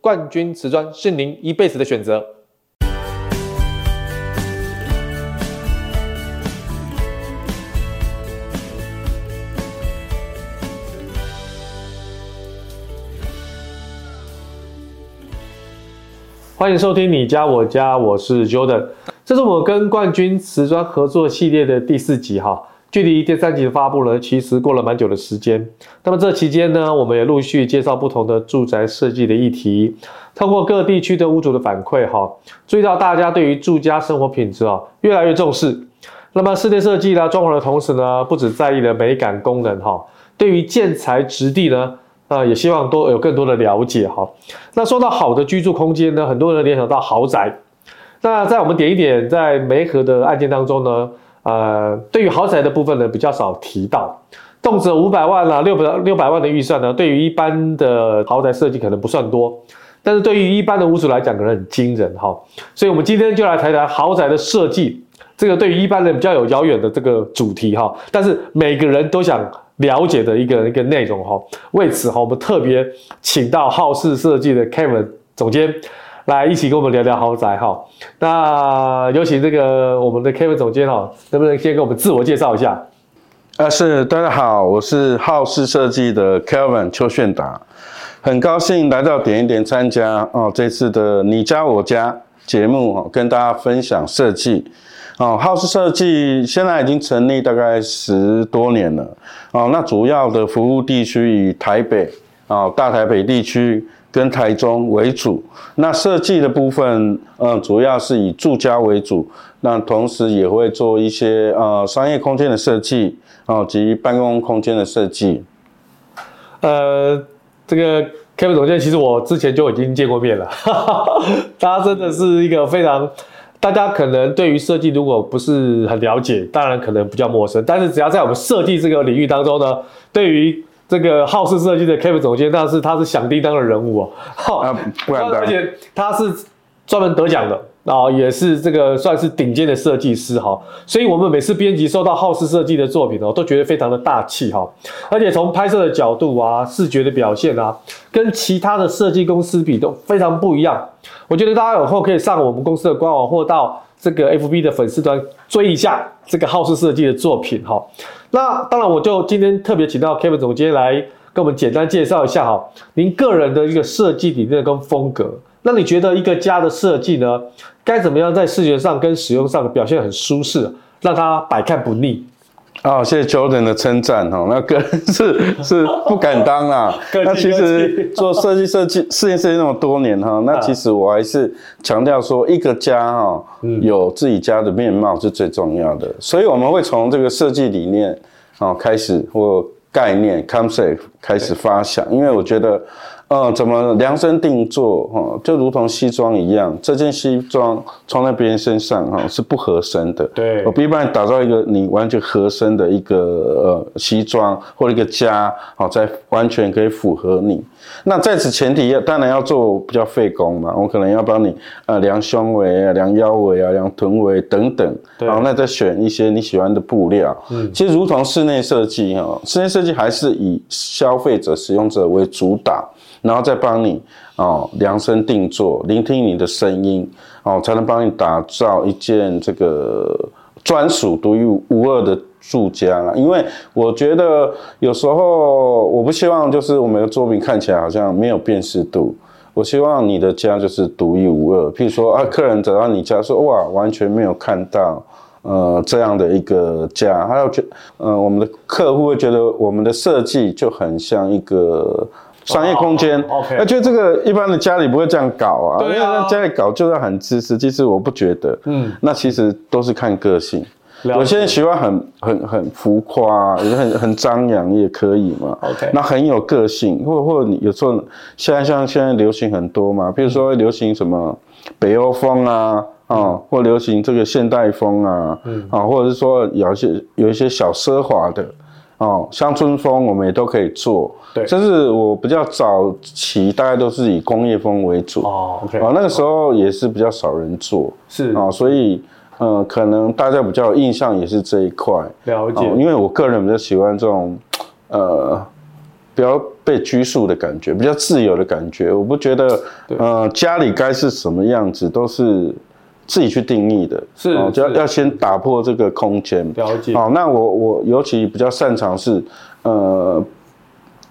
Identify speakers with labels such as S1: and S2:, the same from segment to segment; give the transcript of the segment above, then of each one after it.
S1: 冠军瓷砖是您一辈子的选择。欢迎收听你家我家，我是 Jordan，这是我跟冠军瓷砖合作系列的第四集哈，距离第三集的发布呢，其实过了蛮久的时间。那么这期间呢，我们也陆续介绍不同的住宅设计的议题，通过各地区的屋主的反馈哈，注意到大家对于住家生活品质啊越来越重视。那么室内设计啦、装潢的同时呢，不只在意了美感功能哈，对于建材质地呢。啊、也希望多有更多的了解哈。那说到好的居住空间呢，很多人联想到豪宅。那在我们点一点在梅河的案件当中呢，呃，对于豪宅的部分呢比较少提到，动辄五百万啊、六百六百万的预算呢，对于一般的豪宅设计可能不算多，但是对于一般的屋主来讲可能很惊人哈。所以我们今天就来谈谈豪宅的设计，这个对于一般人比较有遥远的这个主题哈，但是每个人都想。了解的一个一个内容哈，为此哈，我们特别请到好事设计的 Kevin 总监来一起跟我们聊聊豪宅哈。那有请这个我们的 Kevin 总监哈，能不能先给我们自我介绍一下？
S2: 啊，是大家好，我是好事设计的 Kelvin 邱炫达，很高兴来到点一点参加哦这次的你家我家节目哦，跟大家分享设计。哦，好事设计现在已经成立大概十多年了。哦，那主要的服务地区以台北哦大台北地区跟台中为主。那设计的部分，嗯，主要是以住家为主，那同时也会做一些呃商业空间的设计，哦及办公空间的设计。
S1: 呃，这个 Kevin 总监，其实我之前就已经见过面了， 哈哈哈，他真的是一个非常。大家可能对于设计如果不是很了解，当然可能比较陌生。但是只要在我们设计这个领域当中呢，对于这个好事设计的 Kevin 总监，那是他是响叮当的人物哦。好、
S2: 啊不然当然
S1: 而且他是专门得奖的啊、也是这个算是顶尖的设计师哈、所以我们每次编辑收到好事设计的作品哦，都觉得非常的大气哈、而且从拍摄的角度啊、视觉的表现啊，跟其他的设计公司比都非常不一样。我觉得大家有空可以上我们公司的官网或到这个 FB 的粉丝团追一下这个好事设计的作品哈。那当然，我就今天特别请到 Kevin 总监来跟我们简单介绍一下哈，您个人的一个设计理念跟风格。那你觉得一个家的设计呢，该怎么样在视觉上跟使用上表现很舒适，让它百看不腻？
S2: 哦，谢谢 Jordan 的称赞哦，那个是 是不敢当啦
S1: 客。气
S2: 那其
S1: 客
S2: 实
S1: 气啊
S2: 做设计设计室内设计那么多年哈，那其实我还是强调说，一个家哈
S1: 嗯
S2: 有自己家的面貌是最重要的，所以我们会从这个设计理念哦开始或概念 concept 开始发想，因为我觉得。呃，怎么量身定做哈、哦，就如同西装一样，这件西装穿在别人身上哈、哦、是不合身的。
S1: 对
S2: 我必须帮你打造一个你完全合身的一个呃西装或者一个家，好、哦，才完全可以符合你。那在此前提，当然要做比较费工嘛，我可能要帮你呃量胸围啊、量腰围啊、量臀围等等，
S1: 对
S2: 然后那再选一些你喜欢的布料。嗯，其实如同室内设计哈，室内设计还是以消费者、使用者为主导，然后再帮你哦量身定做，聆听你的声音哦，才能帮你打造一件这个专属独一无二的住家啦。因为我觉得有时候我不希望就是我们的作品看起来好像没有辨识度。我希望你的家就是独一无二。譬如说啊，客人走到你家说哇，完全没有看到。呃，这样的一个家，还有觉，呃，我们的客户会觉得我们的设计就很像一个商业空间
S1: 哦，OK
S2: 而且这个一般的家里不会这样搞啊，
S1: 对啊
S2: 因为在家里搞就是很自私。其实我不觉得，
S1: 嗯，
S2: 那其实都是看个性。
S1: 了解
S2: 有些人喜欢很很很浮夸、啊，有些很很张扬也可以嘛。
S1: OK
S2: 那很有个性，或或者你有时候现在像现在流行很多嘛，比如说
S1: 嗯
S2: 流行什么北欧风啊。哦，或流行这个现代风啊，嗯，啊，或者是说有一些有一些小奢华的，哦，乡村风我们也都可以做，
S1: 对
S2: 这是我比较早期，大概都是以工业风为主，
S1: 哦，OK，
S2: 哦，那个时候也是比较少人做
S1: 是
S2: 哦，所以呃，可能大家比较有印象也是这一块。
S1: 了
S2: 哦，
S1: 解，
S2: 因为我个人比较喜欢这种呃，比较被拘束的感觉，比较自由的感觉。我不觉得呃，家里该是什么样子都是自己去定义的，
S1: 是
S2: 哦，就要
S1: 是
S2: 要先打破这个空间。
S1: 了解，
S2: 好、那我我尤其比较擅长是，呃，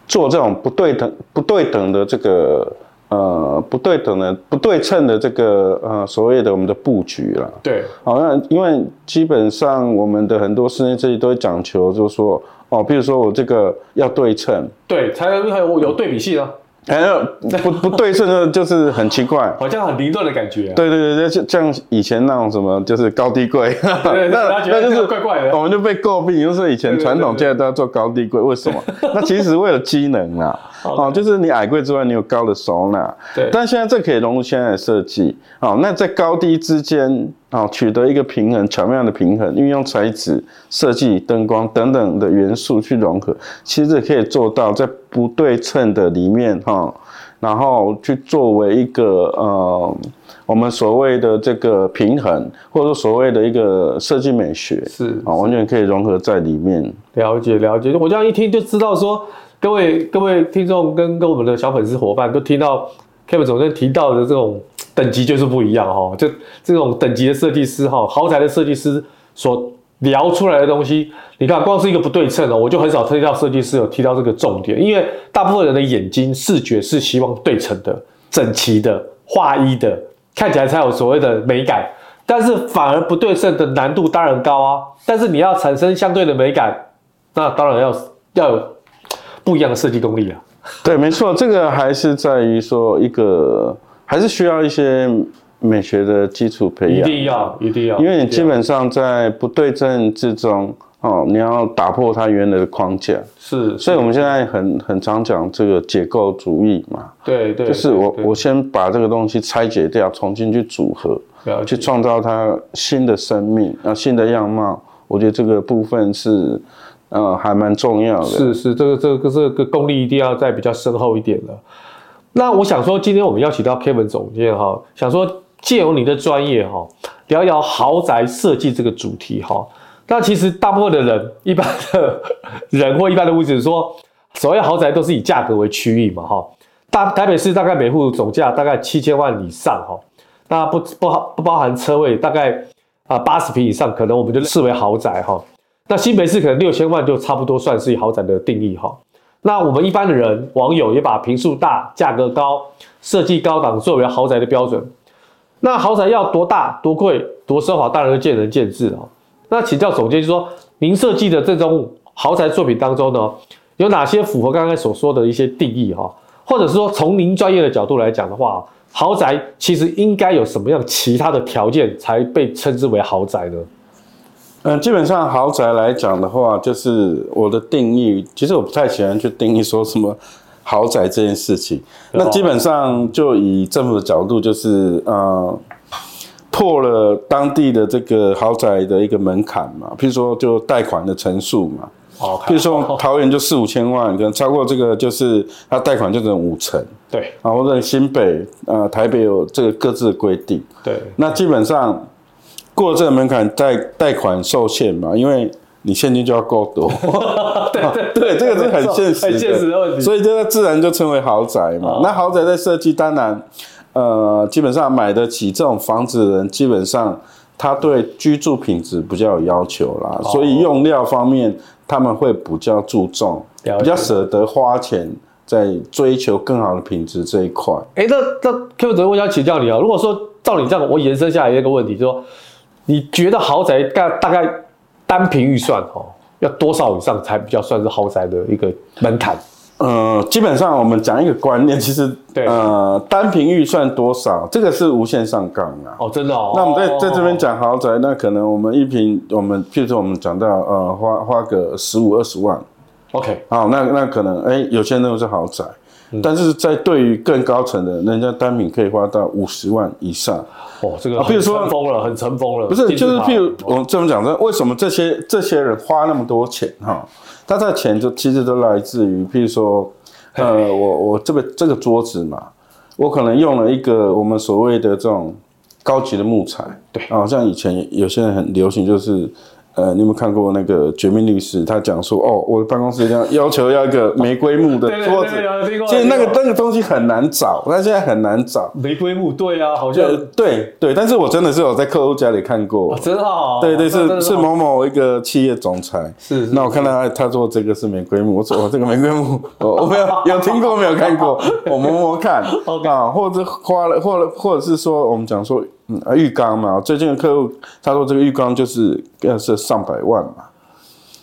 S2: 做这种不对等、不对等的这个呃不对等的、不对称的这个呃所谓的我们的布局啦。
S1: 对，
S2: 好，那因为基本上我们的很多室内设计都会讲求，就是说哦，比如说我这个要对称，
S1: 对，才能有有对比性啊，
S2: 还有不不对称的就是很奇怪。
S1: 好像很凌乱的感觉啊。
S2: 对对对，就像以前那种什么，就是高低贵，
S1: 对对大
S2: 那
S1: 家觉得
S2: 那就
S1: 这
S2: 是
S1: 个怪怪的
S2: 我们就被诟病，就是以前传统界都要做高低贵，为什么？那其实为了机 能啊，哦，就是你矮贵之外，你有高的手拿，
S1: 对
S2: 但现在这可以融入现在的设计，哦，那在高低之间，哦，取得一个平衡，巧妙的平衡，运用材质、设计、灯光等等的元素去融合，其实可以做到在不对称的里面，哈、然后去作为一个呃，我们所谓的这个平衡，或者说所谓的一个设计美学，
S1: 是
S2: 啊、完全可以融合在里面。
S1: 了解了解，我这样一听就知道说，各位各位听众跟跟我们的小粉丝伙伴都听到 Kevin 总监提到的这种等级就是不一样哦，就这种等级的设计师哈、豪宅的设计师所聊出来的东西，你看光是一个不对称哦，我就很少听到设计师有提到这个重点，因为大部分人的眼睛视觉是希望对称的、整齐的、划一的，看起来才有所谓的美感。但是反而不对称的难度当然高啊，但是你要产生相对的美感，那当然要要有不一样的设计功力啊。
S2: 对，没错，这个还是在于说一个，还是需要一些美学的基础培
S1: 一
S2: 养，
S1: 定要，一定要，
S2: 因为你
S1: 一定
S2: 基
S1: 要
S2: 本上在不对称之中，哦，你要打破它原来的框架。
S1: 是，
S2: 所以我们现在很很常讲这个解构主义嘛，
S1: 对对，
S2: 就是我
S1: 对
S2: 我先把这个东西拆解掉，重新去组合。
S1: 对了
S2: 去
S1: 解，
S2: 创造它新的生命啊、新的样貌。我觉得这个部分是，呃，还蛮重要的。
S1: 是是，这个这个这个功力一定要再比较深厚一点了。那我想说，今天我们邀请到 Kevin 总监哈，想说借由你的专业哈，聊聊豪宅设计这个主题哈。那其实大部分的人，一般的人或一般的屋主说，所谓豪宅都是以价格为区域嘛哈。大台北市大概每户总价大概七千万以上哈，那不不包不包含车位，大概啊八十平以上，可能我们就视为豪宅哈。那新北市可能六千万就差不多算是豪宅的定义哈。那我们一般的人网友也把平数大、价格高、设计高档作为豪宅的标准。那豪宅要多大、多贵、多奢华，当然就见仁见智了哦。那请教总监，就是说您设计的这种豪宅作品当中呢，有哪些符合刚才所说的一些定义哈？或者是说从您专业的角度来讲的话，豪宅其实应该有什么样其他的条件才被称之为豪宅呢？
S2: 嗯，基本上豪宅来讲的话，就是我的定义，其实我不太喜欢去定义说什么豪宅这件事情。
S1: 对啊
S2: 那基本上就以政府的角度，就是呃，破了当地的这个豪宅的一个门槛嘛，譬如说就贷款的层数嘛，
S1: 哦，
S2: 譬如说桃园就四五千万，可能超过这个就是它贷款就只能五成。
S1: 对
S2: 啊，或者新北、呃台北有这个各自的规定。
S1: 对
S2: 那基本上过了这个门槛，贷贷款受限嘛，因为你现金就要够 多。
S1: 对对
S2: 对，这个是很现实的，
S1: 很现实的问题。
S2: 所以这个自然就称为豪宅嘛。那豪宅在设计，当然，呃，基本上买得起这种房子的人，基本上他对居住品质比较有要求啦，
S1: 哦
S2: 所以用料方面他们会比较注重，
S1: 了解
S2: 比较舍得花钱在追求更好的品质这一块。
S1: 哎，那那 Kevin 总监，我想请教你啊，如果说照你这样，我延伸下来一个问题，就是说你觉得豪宅大大概单平预算哦，要多少以上才比较算是豪宅的一个门槛？
S2: 呃，基本上我们讲一个观念，其实
S1: 对
S2: 呃，单凭预算多少，这个是无限上纲啊。
S1: 哦，真的哦。
S2: 那我们在在这边
S1: 哦，
S2: 讲豪宅，那可能我们一平，我们譬如说我们讲到呃花花个十五二十万，
S1: 哦 OK，
S2: 好，那那可能哎、有些人认为是豪宅，但是在对于更高层的，人家单品可以花到五十万以上，
S1: 哦，这个
S2: 啊比如说
S1: 很疯了，很尘封了，
S2: 不是就是譬如
S1: 金字塔
S2: 我这么讲说，为什么这些这些人花那么多钱哈？他的钱就其实都来自于，譬如说，呃，我我这个这个桌子嘛，我可能用了一个我们所谓的这种高级的木材，
S1: 对
S2: 啊，像以前有些人很流行就是。呃，你有没有看过那个《绝命律师》？他讲说，哦，我的办公室一定要要求要一个玫瑰木的
S1: 对对
S2: 桌子
S1: 对有听过，
S2: 其实那个
S1: 有听
S2: 那个东西很难找，那现在很难找。
S1: 玫瑰木对啊，好像
S2: 呃，对对，但是我真的是有在客户家里看过，
S1: 哦真好。
S2: 对对，
S1: 真的
S2: 是是
S1: 好
S2: 某某一个企业总裁。
S1: 是是
S2: 那我看到他他做这个是玫瑰木，我说哦我这个玫瑰木，我我没有有听过没有看过，我摸摸看。
S1: OK
S2: 啊，或者花了，或者或者是说我们讲说嗯啊浴缸嘛，最近的客户他说这个浴缸就是要是上百万嘛，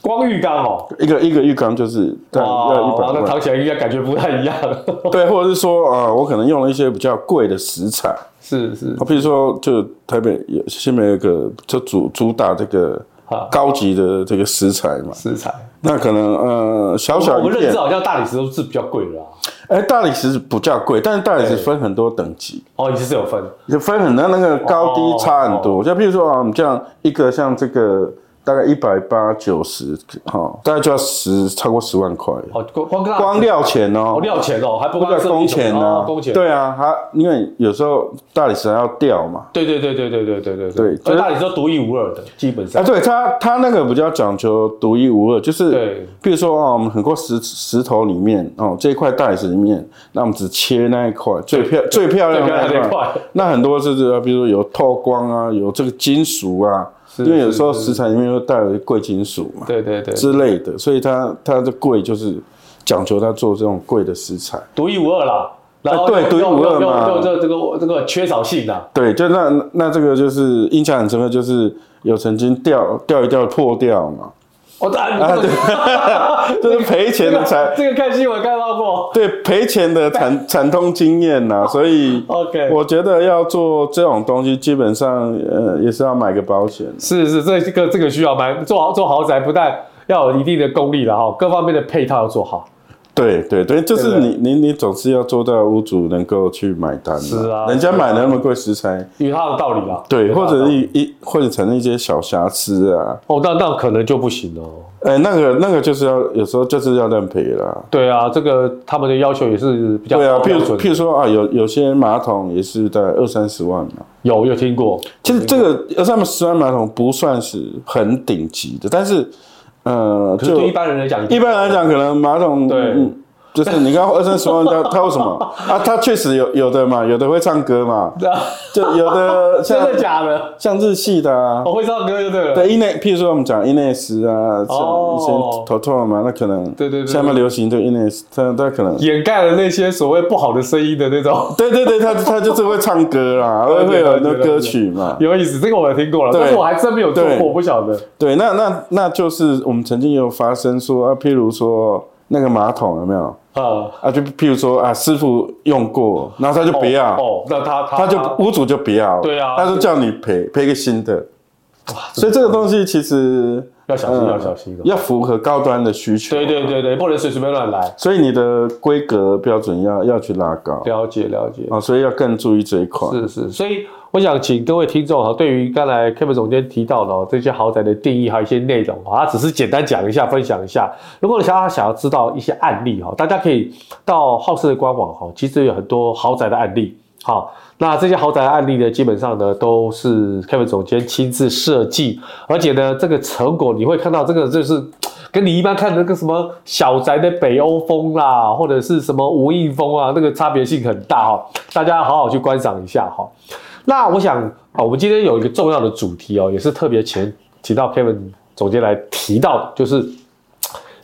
S1: 光浴缸哦。
S2: 一个一个浴缸就是对要一
S1: 哇，
S2: 百
S1: 哦那
S2: 万。
S1: 躺起来应该感觉不太一样。
S2: 对，或者是说啊、呃我可能用了一些比较贵的食材。
S1: 是是
S2: 啊，比如说，就台北有新北有个就主主打这个
S1: 啊
S2: 高级的这个食材嘛，
S1: 食材，
S2: 那可能呃小小
S1: 我
S2: 一
S1: 们认
S2: 片
S1: 知，好像大理石都是比较贵的啊。
S2: 哎、大理石不叫贵，但是大理石分很多等级，
S1: 哦，你是有分
S2: 就分很多那个高
S1: 哦
S2: 低差很多。就比如说啊，我们这样一个像这个大概一百八九十，哈，大概就要十超过十万块，
S1: 哦，光光大
S2: 光料钱哦
S1: 哦，料钱哦，还不
S2: 不
S1: 光
S2: 叫
S1: 是
S2: 工钱
S1: 哦
S2: 呢、
S1: 工钱。
S2: 对啊，它因为有时候大理石还要吊嘛。
S1: 对对对对对对对对
S2: 对就是
S1: 而大理石都独一无二的，基本
S2: 啊，
S1: 上。
S2: 对他，他那个比较讲求独一无二，就是
S1: 对，
S2: 比如说哦，我们很多石石头里面哦，这一块大理石里面，那我们只切那一块最漂最漂亮的
S1: 最漂
S2: 那一
S1: 亮的
S2: 块
S1: 那一块。
S2: 那很多就是呃比如说有透光啊，有这个金属啊，因为有时候石材里面又带有贵金属嘛
S1: 对对对，
S2: 之类的，所以它它的贵就是讲求它做这种贵的石材。
S1: 独一无二啦。然后
S2: 啊对
S1: 用
S2: 独一无二
S1: 用用
S2: 嘛
S1: 用这这个这个缺少性啊，
S2: 对，就那那这个就是印象很深刻，就是有曾经掉掉一掉破掉嘛，
S1: 哦，对啊， 对
S2: 就是赔钱的才
S1: 这个看新闻看到过。
S2: 对赔钱 的惨惨痛经验呐、所以
S1: OK
S2: 我觉得要做这种东西，基本上呃也是要买个保险。
S1: 是是，这这个这个需要买做豪做豪宅，不但要有一定的功力了哈，各方面的配套要做好。
S2: 对对对，就
S1: 对
S2: 是
S1: 不对
S2: 你你你总是要做到屋主能够去买单嘛，
S1: 是啊
S2: 人家买了那么贵食材，
S1: 有它的道理啦。
S2: 对，
S1: 有它
S2: 或
S1: 的
S2: 者
S1: 道理
S2: 一一或者产生一些小瑕疵啊，
S1: 哦，那那可能就不行哦。
S2: 哎，那个那个就是要有时候就是要认赔啦。
S1: 对啊，这个他们的要求也是比较
S2: 对啊，譬
S1: 标
S2: 如
S1: 准
S2: 譬如说啊，有有些马桶也是在二三十万嘛，
S1: 有有听过，
S2: 其实这个二三十万马桶不算是很顶级的，但是呃，
S1: 可是
S2: 就
S1: 对一般人来讲，
S2: 一般来讲，可能马桶
S1: 对
S2: 嗯就是你刚刚二三 十万，他他为什么啊？他确实有有的嘛，有的会唱歌嘛，就有 的
S1: 真
S2: 像
S1: 的假的？
S2: 像日系的啊，
S1: 我会唱歌就对了。
S2: 对伊内，譬如说我们讲伊内斯啊，像
S1: 哦
S2: 以前头痛嘛，那可能
S1: 对对对
S2: 下面流行的伊内斯，他他可能。
S1: 掩盖了那些所谓不好的声音的那种，
S2: 对对对，他他就是会唱歌啦，会会有很多歌曲嘛。
S1: 有意思。这个我有听过了，
S2: 对
S1: 但是我还真没有做
S2: 对
S1: 过，我不晓得。
S2: 对，那那那就是我们曾经有发生说啊，譬如说那个马桶有没有
S1: 啊，
S2: 啊？就譬如说啊，师傅用过，然后他就不要，
S1: 哦，那他他
S2: 他就屋主就不要，
S1: 对啊
S2: 他就叫你赔赔个新的。所以这个东西其实
S1: 要小心
S2: 嗯
S1: 要小心哦
S2: 要符合高端的需求。
S1: 对对对对，不能随随便乱来。
S2: 所以你的规格标准要要去拉高
S1: 了解了解。
S2: 啊，所以要更注意这一块。
S1: 是是，所以我想请各位听众哈，对于刚才 Kevin 总监提到的哦这些豪宅的定义，还有一些内容啊，他只是简单讲一下，分享一下。如果你想要想要知道一些案例哈，大家可以到好事的官网哈，其实有很多豪宅的案例。好，那这些豪宅的案例呢，基本上呢都是 Kevin 总监亲自设计，而且呢，这个成果你会看到，这个就是跟你一般看的那个什么小宅的北欧风啦，或者是什么无印风啊，那个差别性很大哈、哦，大家好好去观赏一下哈、那我想啊，我们今天有一个重要的主题哦，也是特别前提到 Kevin 总监来提到的，就是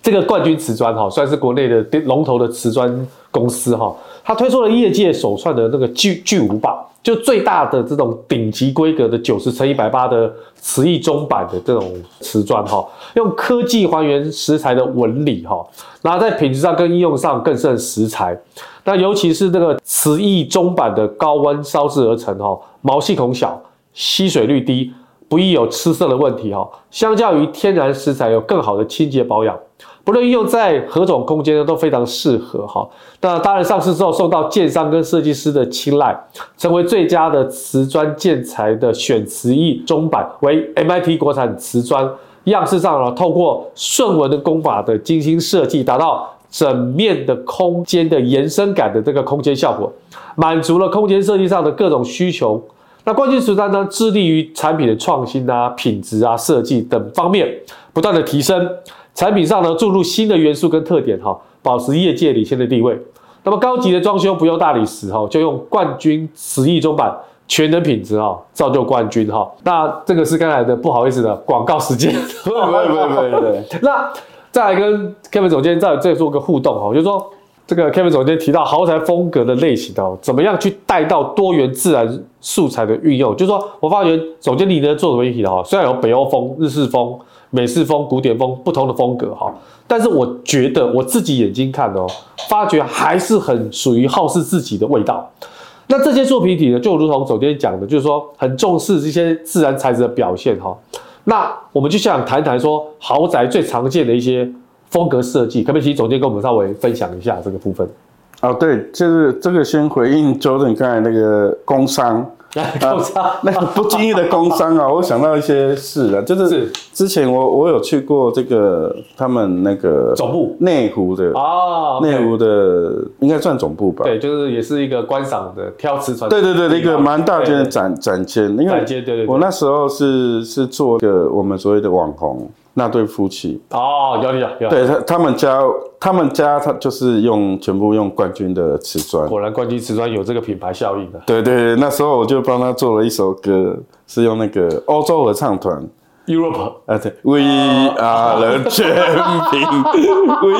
S1: 这个冠军瓷砖哈、算是国内的龙头的瓷砖公司哈、它推出了业界首创的那个巨巨无霸就最大的这种顶级规格的九十乘一百八的瓷艺中板的这种瓷砖哈，用科技还原石材的纹理哈，然后在品质上跟应用上更胜石材。那尤其是这个瓷艺中板的高温烧制而成哈，毛细孔小，吸水率低，不易有吃色的问题哈。相较于天然石材，有更好的清洁保养。不论应用在何种空间呢，都非常适合哈。那当然上市之后受到建商跟设计师的青睐，成为最佳的瓷砖建材的选瓷艺中板为 MIT 国产瓷砖样式上呢，透过顺纹的工法的精心设计，达到整面的空间的延伸感的这个空间效果，满足了空间设计上的各种需求。那冠军瓷砖呢，致力于产品的创新啊、品质啊、设计等方面不断的提升。产品上呢注入新的元素跟特点哈，保持业界领先的地位。那么高级的装修不用大理石哈，就用冠军十亿中板全能品质哈，造就冠军哈。那这个是刚才的不好意思的广告时间。
S2: 不会不会不会不会，
S1: 那再来跟 Kevin 总监再再做个互动哈，就是说这个 Kevin 总监提到豪宅风格的类型哦，怎么样去带到多元自然素材的运用？就是说我发觉总监你呢做什么议题的哈，虽然有北欧风、日式风、美式风、古典风不同的风格哈，但是我觉得我自己眼睛看哦，发觉还是很属于好是自己的味道。那这些作品体呢，就如同总监讲的，就是说很重视这些自然材质的表现哈、那我们就想谈谈说豪宅最常见的一些风格设计，可不可以请总监跟我们稍微分享一下这个 部分？
S2: 哦，对，就是这个先回应 Jordan 刚才那个工伤。
S1: 够差
S2: 那个不经意的工伤啊，我想到一些事啊，就是
S1: 是
S2: 之前我我有去过这个他们那个
S1: 总部
S2: 内湖的
S1: 哦，
S2: 内湖的应该算总部吧？
S1: 对，就是也是一个观赏的挑瓷船，
S2: 对对对，一个蛮大间的
S1: 对
S2: 展展间，因为
S1: 展间对对对
S2: 我那时候是是做一个我们所谓的网红那对夫妻，
S1: 哦，有有有，
S2: 对他他们家他们家他就是用全部用冠军的瓷砖，
S1: 果然冠军瓷砖有这个品牌效应的、啊
S2: 对对对，那时候我就帮他做了一首歌，是用那个欧洲合唱团。
S1: Europe
S2: 啊，对，We are the champion，We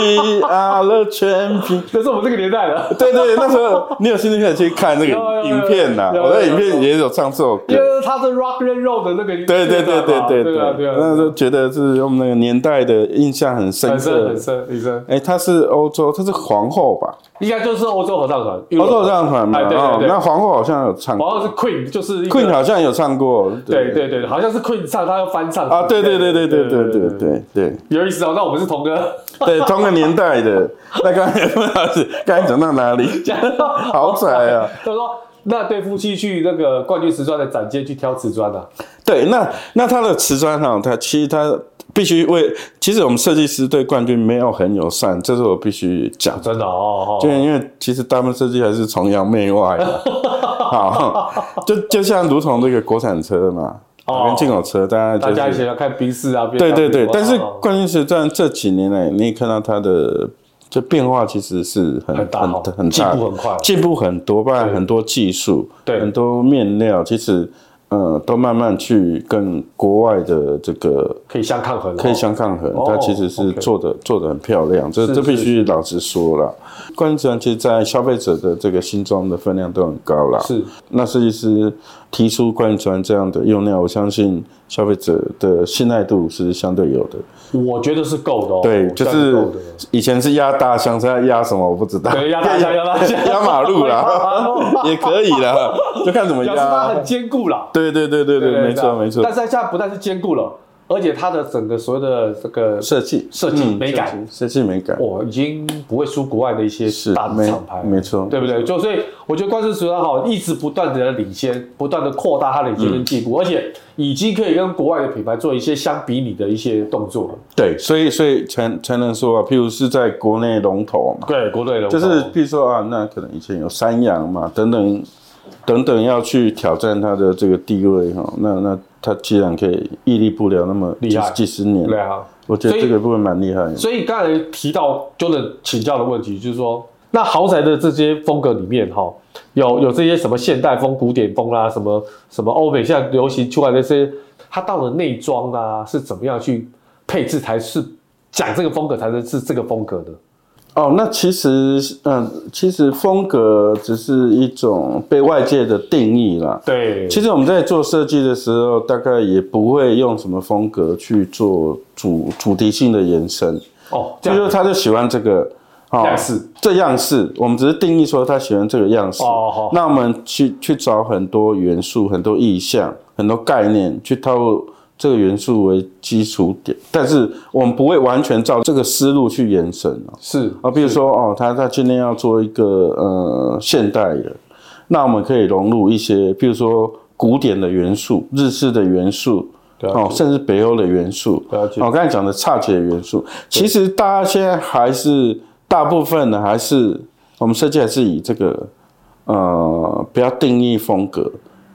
S2: are the champion。
S1: 这是我们这个年代的，
S2: 对对，那时候你有兴趣可以去看那
S1: 有
S2: 个
S1: 有有
S2: 影片呐，
S1: 有有
S2: 我在
S1: 有
S2: 影片也有唱这首歌
S1: 因。为它是 Rock and Roll 的那个年代
S2: 对
S1: 嘛，
S2: 对对对对
S1: 对啊对啊，
S2: 那时候觉得是用那个年代的印象很深
S1: 很深
S2: 刻
S1: 很。深很深，
S2: 哎，她是欧洲，她是皇后吧？
S1: 应该就是欧洲合唱团，
S2: 欧洲合唱团嘛，
S1: 哎对对
S2: 哦，
S1: 对
S2: 那皇后好像有唱
S1: 然后是 Queen，就是一个
S2: Queen 好像有唱过，
S1: 对对对，好像是 Queen 唱，他要翻唱
S2: 啊，对对对对对对对对对。
S1: 有意思哦。那我们是同个，
S2: 对，同个年代的。那刚才 刚才讲到哪里？
S1: 讲到
S2: 豪宅啊，
S1: 他说那对夫妻去那个冠军瓷砖的展间去挑瓷砖啊，
S2: 对，那那它的瓷砖哈，它其实它必须为，其实我们设计师对冠军没有很友善，这是我必须讲。
S1: 真的哦，
S2: 就
S1: 哦
S2: 因为其实大部分设计还是崇洋媚 外的，好，就就像如同这个国产车嘛，
S1: 哦
S2: 跟进口车，大家
S1: 大
S2: 就
S1: 家一
S2: 是
S1: 起要看宾士啊，
S2: 对对对
S1: BMW 啊，
S2: 但是
S1: 哦
S2: 冠军瓷砖这几年来，你也看到它的这变化其实是很
S1: 很大哦
S2: 很很
S1: 进
S2: 大的，
S1: 步很快
S2: 进步很多，包含很多技术，
S1: 对
S2: 很多面料，其实呃都慢慢去跟国外的这个
S1: 可以相抗衡哦，
S2: 可以相抗衡，
S1: 哦
S2: 它其实是
S1: OK
S2: 做的做的很漂亮，这
S1: 是
S2: 这必须老实说了。冠军瓷砖其实，在消费者的这个心中的分量都很高啦。
S1: 是
S2: 那设计师提出冠船这样的用料，我相信消费者的信赖度是相对有的。
S1: 我觉得是够的哦，
S2: 对，就
S1: 算是
S2: 是
S1: 够的
S2: 以前是压大象，现在压什么我不知道。
S1: 对压大象压大象
S2: 压马路
S1: 压马
S2: 啦， 也可以啦，就看怎么
S1: 表示它
S2: 压
S1: 很。坚固啦，
S2: 对对对对对，没
S1: 对
S2: 错
S1: 啊
S2: 没错
S1: 但。是它现在不但是坚固了，而且它的整个所谓的这个
S2: 设计
S1: 设计美感，
S2: 嗯设计设计美感
S1: 我已经不会输国外的一些
S2: 是
S1: 大的
S2: 没
S1: 厂牌，
S2: 没错
S1: 对不对？就所以我觉得冠军瓷砖好，一直不断的领先，不断的扩大它的领先跟进
S2: 嗯
S1: 步，而且已经可以跟国外的品牌做一些相比拟的一些动作了。
S2: 对，所以所以才才能说啊，譬如是在国内龙头嘛，
S1: 对，国内的
S2: 就是譬如说啊，那可能以前有三洋嘛，等等等等要去挑战它的这个地位哈、那那它既然可以屹立不了那么
S1: 厉
S2: 几
S1: 害
S2: 几十年，
S1: 对啊。
S2: 我觉得这个部分蛮厉害的。
S1: 所以刚才提到 Jordan 请教的问题，就是说，那豪宅的这些风格里面，哈，有有这些什么现代风、古典风啦、啊什么什么欧美现在流行出来的这些，它到了内装啊啦、是怎么样去配置才是讲这个风格才能是这个风格的？
S2: 哦，那其实，嗯、其实风格只是一种被外界的定义啦。
S1: 对，
S2: 其实我们在做设计的时候，大概也不会用什么风格去做主主题性的延伸，
S1: 哦，这
S2: 就
S1: 样
S2: 是他就喜欢这个。哦
S1: 样式
S2: 这样式，我们只是定义说他喜欢这个样式。
S1: 哦好
S2: 那我们去去找很多元素、很多意象、很多概念，去套入这个元素为基础点，但是我们不会完全照这个思路去延伸哦。
S1: 是
S2: 啊，比如说哦，他他今天要做一个呃现代人，那我们可以融入一些，比如说古典的元素、日式的元素，
S1: 了
S2: 哦，甚至北欧的元素，
S1: 了解
S2: 哦，刚才讲的差解元素，其实大家现在还是大部分的还是我们设计还是以这个呃不要定义风格，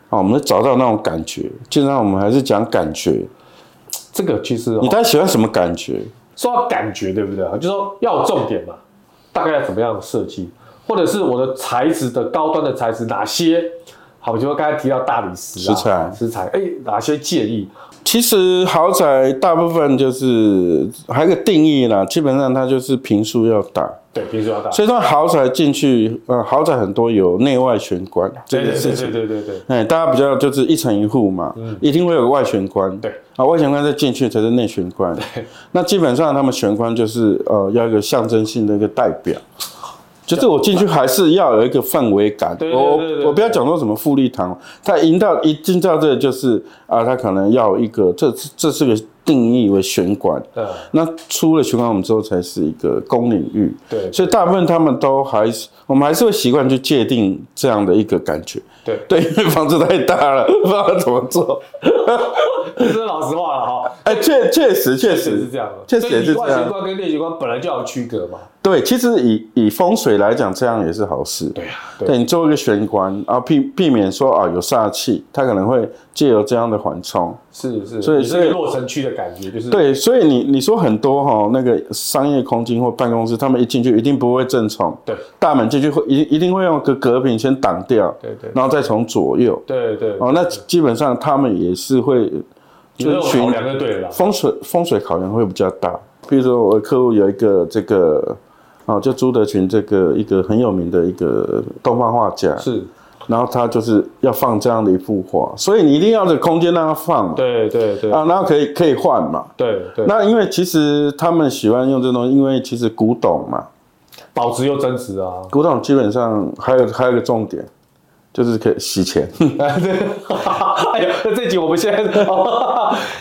S2: 哦，我们找到那种感觉，基本上我们还是讲感觉，
S1: 这个其实哦
S2: 你到底喜欢什么感觉？
S1: 说到感觉，对不对？就说要有重点嘛，大概要怎么样的设计，或者是我的材质的高端的材质哪些？好，比如说刚才提到大理石、啊、
S2: 石材
S1: 石材，哎，哪些建议？
S2: 其实豪宅大部分就是还有个定义啦，基本上它就是平数要大，
S1: 对，平时要大。
S2: 所以说豪宅进去，呃，豪宅很多有内外玄关这
S1: 对
S2: 个
S1: 对
S2: 事
S1: 对
S2: 情
S1: 对。对对对，
S2: 哎，大家比较就是一层一户嘛，一定会有个外玄关。
S1: 嗯对
S2: 啊，外玄关再进去才是内玄关。对，那基本上他们玄关就是呃要一个象征性的一个代表，就是我进去还是要有一个氛围感。
S1: 对对
S2: 我
S1: 对对对
S2: 我不要讲说什么富丽堂皇，他营到一进到这就是啊，他可能要有一个这这是个定义为玄关。
S1: 嗯，
S2: 那出了循环我们之后才是一个公领域，
S1: 对
S2: 所以大部分他们都还是我们还是会习惯去界定这样的一个感觉，
S1: 对
S2: 对， 因为房子太大了， 不知道怎么 做。
S1: 这是老实话了 哈，
S2: 哎，确确实确
S1: 确实
S2: 实
S1: 是这样的。啊
S2: 确实也是
S1: 所以你外
S2: 这
S1: 玄
S2: 样。
S1: 关跟内玄关本来就要有区隔嘛。
S2: 对，其实以以风水来讲，这样也是好事。
S1: 对呀、啊，
S2: 对你做一个玄关啊，避避免说啊有煞气，它可能会借由这样的缓冲。
S1: 是是，
S2: 所以
S1: 你
S2: 所
S1: 这
S2: 以
S1: 个落成区的感觉就是
S2: 对，所以你你说很多哈、那个商业空间或办公室，他们一进去一定不会正冲，
S1: 对
S2: 大门进去会一一定会用个隔屏先挡掉，
S1: 对对
S2: 然后再从左右。
S1: 对对，
S2: 哦，那基本上他们也是会
S1: 有那
S2: 遵
S1: 种
S2: 循
S1: 考量就对了啦。
S2: 风水风水考量会比较大。比如说我的客户有一个这个。哦，就朱德群这个一个很有名的一个东方画家，
S1: 是，
S2: 然后他就是要放这样的一幅画，所以你一定要有空间让他放嘛，
S1: 对对对
S2: 啊，然后可以可以换嘛，
S1: 对对，
S2: 那因为其实他们喜欢用这东西，因为其实古董嘛，
S1: 保值又增值啊。
S2: 古董基本上还有还有一个重点，就是可以洗钱。
S1: 哎对， 哎呀，那这集我们现在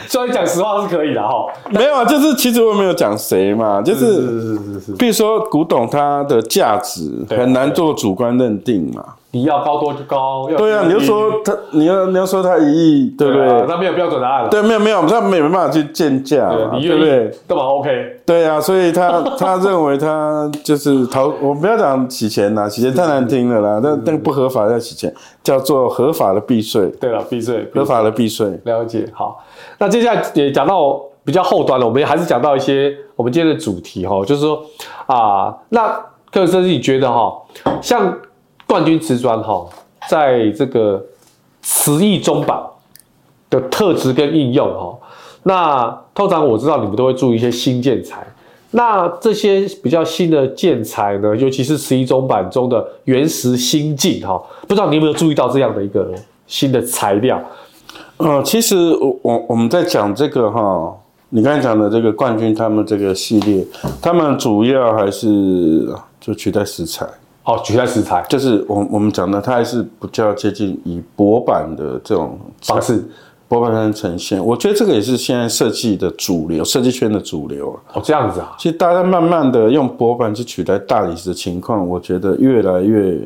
S1: 虽然讲实话是可以的哈，
S2: 没有啊，就是其实我没有讲谁嘛，就是
S1: 是是是，
S2: 比如说古董它的价值
S1: 啊
S2: 很难做主观认定嘛。
S1: 你要高多就高，要
S2: 对啊，
S1: 低
S2: 你就
S1: 低
S2: 说它，你要你要说它一亿，对不
S1: 对啊，
S2: 对？
S1: 那没有标准答案了，
S2: 对，没有没有，他没没办法去鉴价
S1: 对，啊
S2: 嘛，
S1: 你
S2: 对不
S1: 愿
S2: 对
S1: 意？干嘛 OK？
S2: 对啊，所以他 他认为他就是逃，我不要讲洗钱啦，洗钱太难听了啦，但但不合法叫洗钱，叫做合法的避税，
S1: 对了，闭嘴，
S2: 合法的避税。
S1: 了解，好。那接下来也讲到比较后端了，我们也还是讲到一些我们今天的主题哈，就是说啊，那克里斯你觉得哈，像冠军瓷砖哈，在这个瓷艺中板的特质跟应用哈，那通常我知道你们都会注意一些新建材。那这些比较新的建材呢，尤其是十一中版中的原石新进哈，不知道你有没有注意到这样的一个新的材料？
S2: 呃，其实我我我们在讲这个哈，你刚才讲的这个冠军他们这个系列，他们主要还是就取代食材，
S1: 哦，取代食材
S2: 就是我我们讲的，它还是比较接近以薄板的这种
S1: 方式。
S2: 薄板上呈现。我觉得这个也是现在设计的主流，设计圈的主流啊。
S1: 哦，这样子啊，
S2: 其实大家慢慢的用薄板去取代大理石的情况，我觉得越来越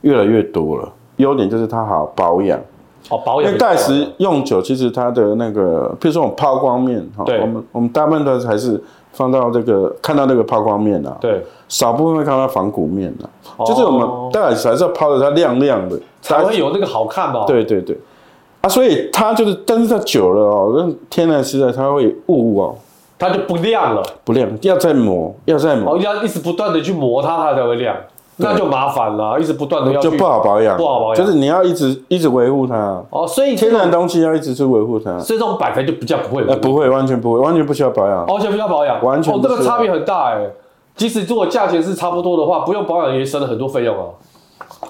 S2: 越来越多了。优点就是它好保养，
S1: 哦，保
S2: 因
S1: 养
S2: 为大理石用久，其实它的那个，譬如说我们抛光面哈
S1: 对，
S2: 我们我们大部分都还是放到这个看到那个抛光面啊，
S1: 对
S2: 少部分会看到仿古面啊，
S1: 哦
S2: 就是我们大理石还是要抛的它亮亮的，
S1: 才会有那个好看哦嘛。，
S2: 对对对，啊，所以它就是，但是它久了哦，那天然石材它会雾哦，
S1: 它就不亮了，
S2: 不亮，要再磨，要再磨
S1: 哦，，要一直不断的去磨它，它才会亮，那就麻烦了，啊一直不断的要
S2: 就
S1: 去
S2: 不好保养，
S1: 不好保养
S2: 就是你要一直一直维护它，
S1: 哦，所以这
S2: 天
S1: 种
S2: 然东西要一直去维护它，呃
S1: 所以这种板材就比较不会有哦
S2: 呃，，不会，完全不会，完全不需要保养，
S1: 完全不需要保养，
S2: 完全
S1: 哦，
S2: 不
S1: 这
S2: 需
S1: 个
S2: 要
S1: 差别很大哎。即使如果价钱是差不多的话，不用保养也省了很多费用啊。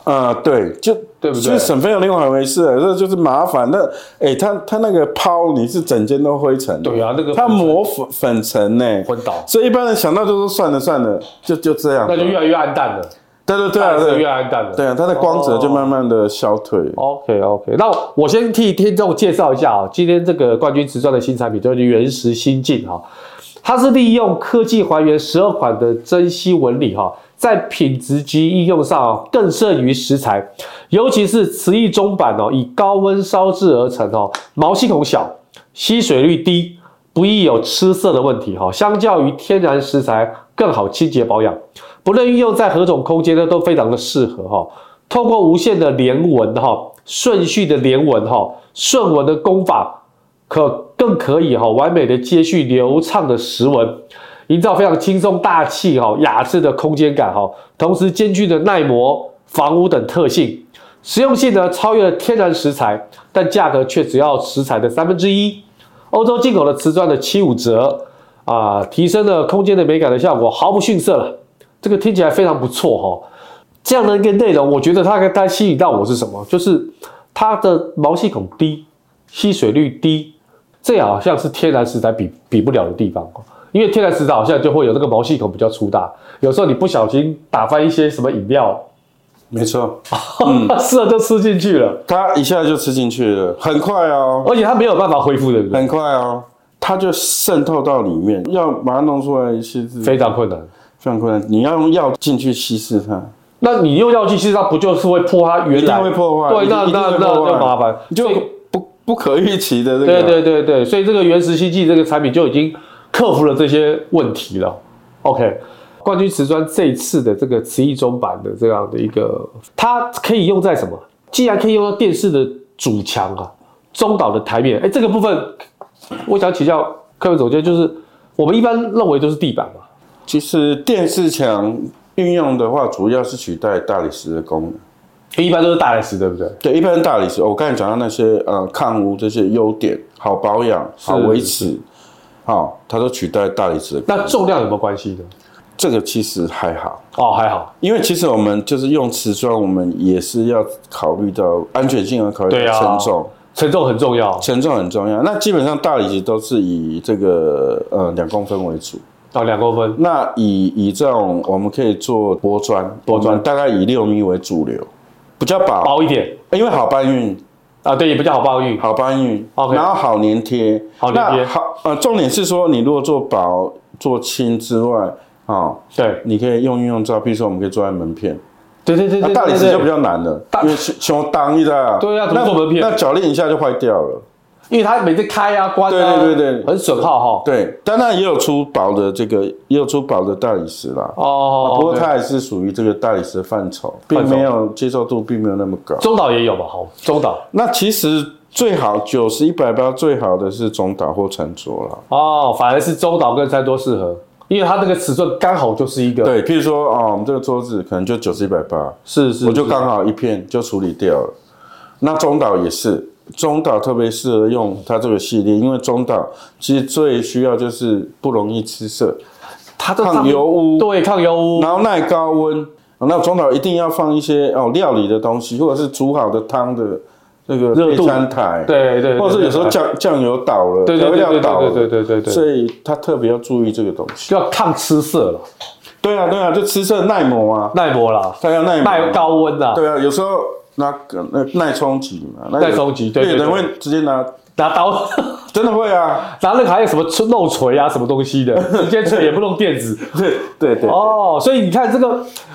S2: 啊，对，就
S1: 对不对
S2: 就是省费用另外一回事，啊这就是麻烦。那哎，它它那个抛你是整间都灰尘，
S1: 对啊那个
S2: 它磨粉粉尘呢，
S1: 昏倒
S2: 所以一般人想到就说算了算了，就就这样
S1: 那。就越来越暗淡了，
S2: 对对对啊，
S1: 是
S2: 对
S1: 越
S2: 啊
S1: 来越暗淡了。
S2: 对啊，它的光泽就慢慢的消退。
S1: OK OK，那我先替听众介绍一下啊、今天这个冠军瓷砖的新产品叫做原石新进哈、它是利用科技还原十二款的珍稀纹理哈、在品质及应用上、啊、更胜于石材，尤其是瓷艺中板哦，以高温烧制而成哦，毛细孔小，吸水率低，不易有吃色的问题哈、相较于天然石材更好清洁保养，不论运用在何种空间呢，都非常的适合哈、透过无限的连纹哈，顺序的连纹哈，顺纹的功法，可更可以哈，完美的接续流畅的石纹，营造非常轻松大气哈、雅致的空间感哈，同时兼具的耐磨、防污等特性。实用性呢超越了天然石材，但价格却只要石材的三分之一。欧洲进口的瓷砖的七五折啊、提升了空间的美感的效果，毫不逊色了。这个听起来非常不错哈、这样的一个内容，我觉得它它吸引到我是什么？就是它的毛细孔低，吸水率低，这好像是天然石材比比不了的地方哦。因为天然石材好像就会有那个毛细孔比较粗大，有时候你不小心打翻一些什么饮料，
S2: 没错，
S1: 吃了就吃进去了，
S2: 它一下就吃进去了，很快哦，
S1: 而且它没有办法恢复，对不对？
S2: 很快哦，它就渗透到里面，要把它弄出来其实非
S1: 非常困难。
S2: 常困难。你要用药进去稀释它，
S1: 那你用药剂，其实它不就是会破它原
S2: 一定
S1: 来
S2: 会破坏，
S1: 对，那
S2: 一定
S1: 那
S2: 会
S1: 那
S2: 破坏
S1: 那麻烦，
S2: 就
S1: 所以
S2: 不不可预期的这个。
S1: 对对对对，所以这个原石新技这个产品就已经克服了这些问题了。OK，冠军瓷砖这一次的这个瓷艺中版的这样的一个，它可以用在什么？既然可以用到电视的主墙啊，中岛的台面，哎，这个部分我想请教客户总监，就是我们一般认为都是地板嘛，
S2: 其实电视墙运用的话，主要是取代大理石的功能。
S1: 一般都是大理石，对不对？
S2: 对，一般大理石，哦我刚才讲到那些呃抗污这些优点，好保养，好维持，好、它都取代大理石的功
S1: 那
S2: 能。
S1: 重量有没有关系呢？
S2: 这个其实还好，
S1: 哦，还好，
S2: 因为其实我们就是用瓷砖，我们也是要考虑到安全性和考虑
S1: 对
S2: 到
S1: 啊
S2: 承重。
S1: 承重很重要，
S2: 承重很重要，那基本上大理石都是以这个呃两公分为主，
S1: 哦，两公分，
S2: 那以以这种我们可以做薄砖，
S1: 薄砖
S2: 我们大概以六米为主流，比较薄，
S1: 嗯薄一点
S2: 因为好搬运，
S1: 啊，对，也比较好抱运。
S2: 好搬运
S1: OK
S2: 然后好粘贴，
S1: 好粘贴
S2: 那好呃，重点是说你如果做薄做轻之外，哦，
S1: 对，
S2: 你可以用运用照，比如说我们可以做在门片，
S1: 对对对
S2: 那
S1: 对，
S2: 大理
S1: 对
S2: 石
S1: 对
S2: 就比较难了，因为熊当一的，
S1: 对啊怎么
S2: 那
S1: 做门片
S2: 那铰链一下就坏掉了。
S1: 因为它每次开啊关啊，
S2: 对对对对
S1: 很损耗哈。
S2: 对，当然也有出薄的这个，也有出薄的大理石啦。
S1: 哦，
S2: 不过
S1: 对
S2: 它也是属于这个大理石的范畴，并
S1: 范畴
S2: 没有接受度并没有那么高。
S1: 中岛也有嘛，好，中岛
S2: 那其实最好九十一百八最好的是中岛或餐桌啦。
S1: 哦，反而是中岛跟餐桌适合，因为它那个尺寸刚好就是一个，，
S2: 对，譬如说哦，我们这个桌子可能就九十一百八，
S1: 是是，
S2: 我就是刚好一片就处理掉了。那中岛也是，中岛特别适合用它这个系列，因为中岛其实最需要就是不容易吃色，
S1: 它这上
S2: 抗
S1: 面
S2: 油污，
S1: 对抗油污，
S2: 然后耐高温。那中岛一定要放一些哦料理的东西，或者是煮好的汤的这个
S1: 热
S2: 备
S1: 度
S2: 餐台，
S1: 对对对，
S2: 或者是有时候
S1: 对
S2: 酱酱油倒了，
S1: 对对
S2: 调味
S1: 对
S2: 料
S1: 对
S2: 倒了，
S1: 对对对对对对，
S2: 所以他特别要注意这个东西。
S1: 就要抗吃色了，
S2: 对啊，对啊，就吃色耐磨啊，
S1: 耐磨啦，
S2: 它要耐磨
S1: 耐高温啦，
S2: 对啊，有时候那个那耐冲击嘛，那有
S1: 耐冲击对
S2: 有
S1: 对
S2: 人
S1: 对
S2: 会直接拿，
S1: 拿刀
S2: 真的会啊，
S1: 拿那个还有什么锤漏锤啊，什么东西的，直接锤也不弄电子，
S2: 对对对，
S1: 哦，所以你看这个，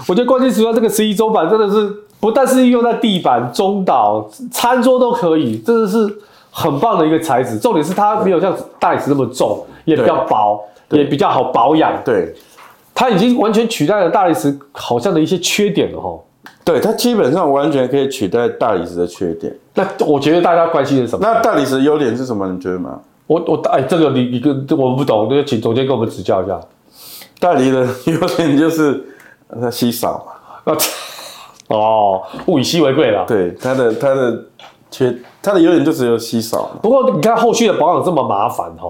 S1: 我觉得冠军时段这个十一周版真的是不但是用在地板、中岛、餐桌都可以，真的是很棒的一个材质。重点是它没有像大理石那么重，也比较薄，也比较好保养。
S2: 对
S1: 它已经完全取代了大理石好像的一些缺点了哈。
S2: 对，它基本上完全可以取代大理石的缺点。
S1: 那我觉得大家关心的是什么？
S2: 那大理石的优点是什么？你觉得吗？
S1: 我我哎，这个你你跟我不懂，那就请总监给我们指教一下。
S2: 大理的优点就是 呃它稀少嘛，
S1: 那哦，物以稀为贵啦。
S2: 对它的它的缺它的优点就只有稀少嘛。
S1: 哦不过你看后续的保养这么麻烦哈、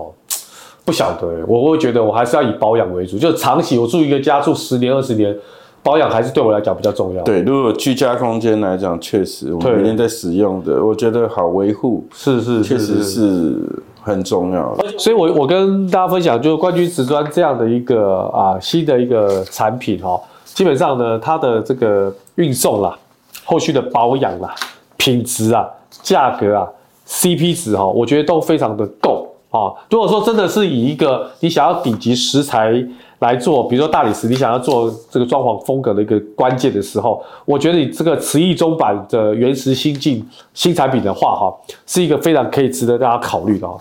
S1: 不晓得欸，我会觉得我还是要以保养为主，就是长期我住一个家住十年二十年，保养还是对我来讲比较重要。
S2: 对，如果居家空间来讲，确实我
S1: 对
S2: 们每天在使用的，我觉得好维护，
S1: 是是，
S2: 确实是很重要的。
S1: 所以我，我跟大家分享，就是冠军瓷砖这样的一个啊新的一个产品哦，基本上呢，它的这个运送啦、后续的保养啦、品质啊、价格啊、CP 值哈、哦，我觉得都非常的够哦。如果说真的是以一个你想要顶级食材来做，比如说大理石，你想要做这个装潢风格的一个关键的时候，我觉得你这个瓷艺中版的原石新进新产品的话哈、是一个非常可以值得大家考虑的哦。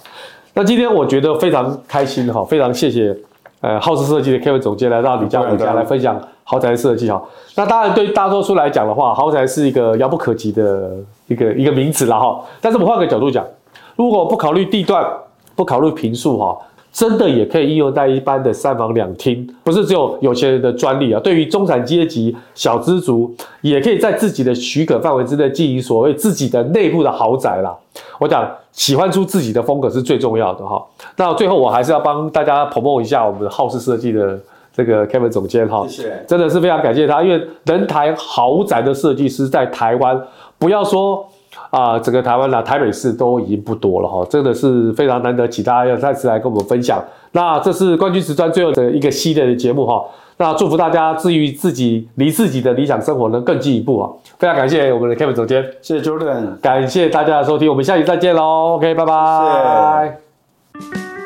S1: 那今天我觉得非常开心哈，非常谢谢呃好事设计的 Kevin 总监来到李家我家来分享豪宅设计哈。那当然对大多数来讲的话，豪宅是一个遥不可及的一个一个名词啦哈。但是我们换个角度讲，如果不考虑地段，不考虑平数哈。真的也可以应用在一般的三房两厅，不是只有有钱人的专利啊。对于中产阶级、小资族，也可以在自己的许可范围之内经营所谓自己的内部的豪宅啦。我讲喜欢出自己的风格是最重要的哈。那最后我还是要帮大家 promote 一下我们好事设计的这个 Kevin 总监哈，
S2: 谢谢
S1: 真的是非常感谢他，因为人台豪宅的设计师在台湾，不要说。啊、整个台湾啦、台北市都已经不多了哈，真的是非常难得，请大家要再次来跟我们分享。那这是冠军瓷砖最后的一个系列的节目哈，那祝福大家，至于自己离自己的理想生活能更进一步啊！非常感谢我们的 Kevin 总监。
S2: 谢谢 Jordan。
S1: 感谢大家的收听，我们下期再见喽。OK，拜拜。
S2: 谢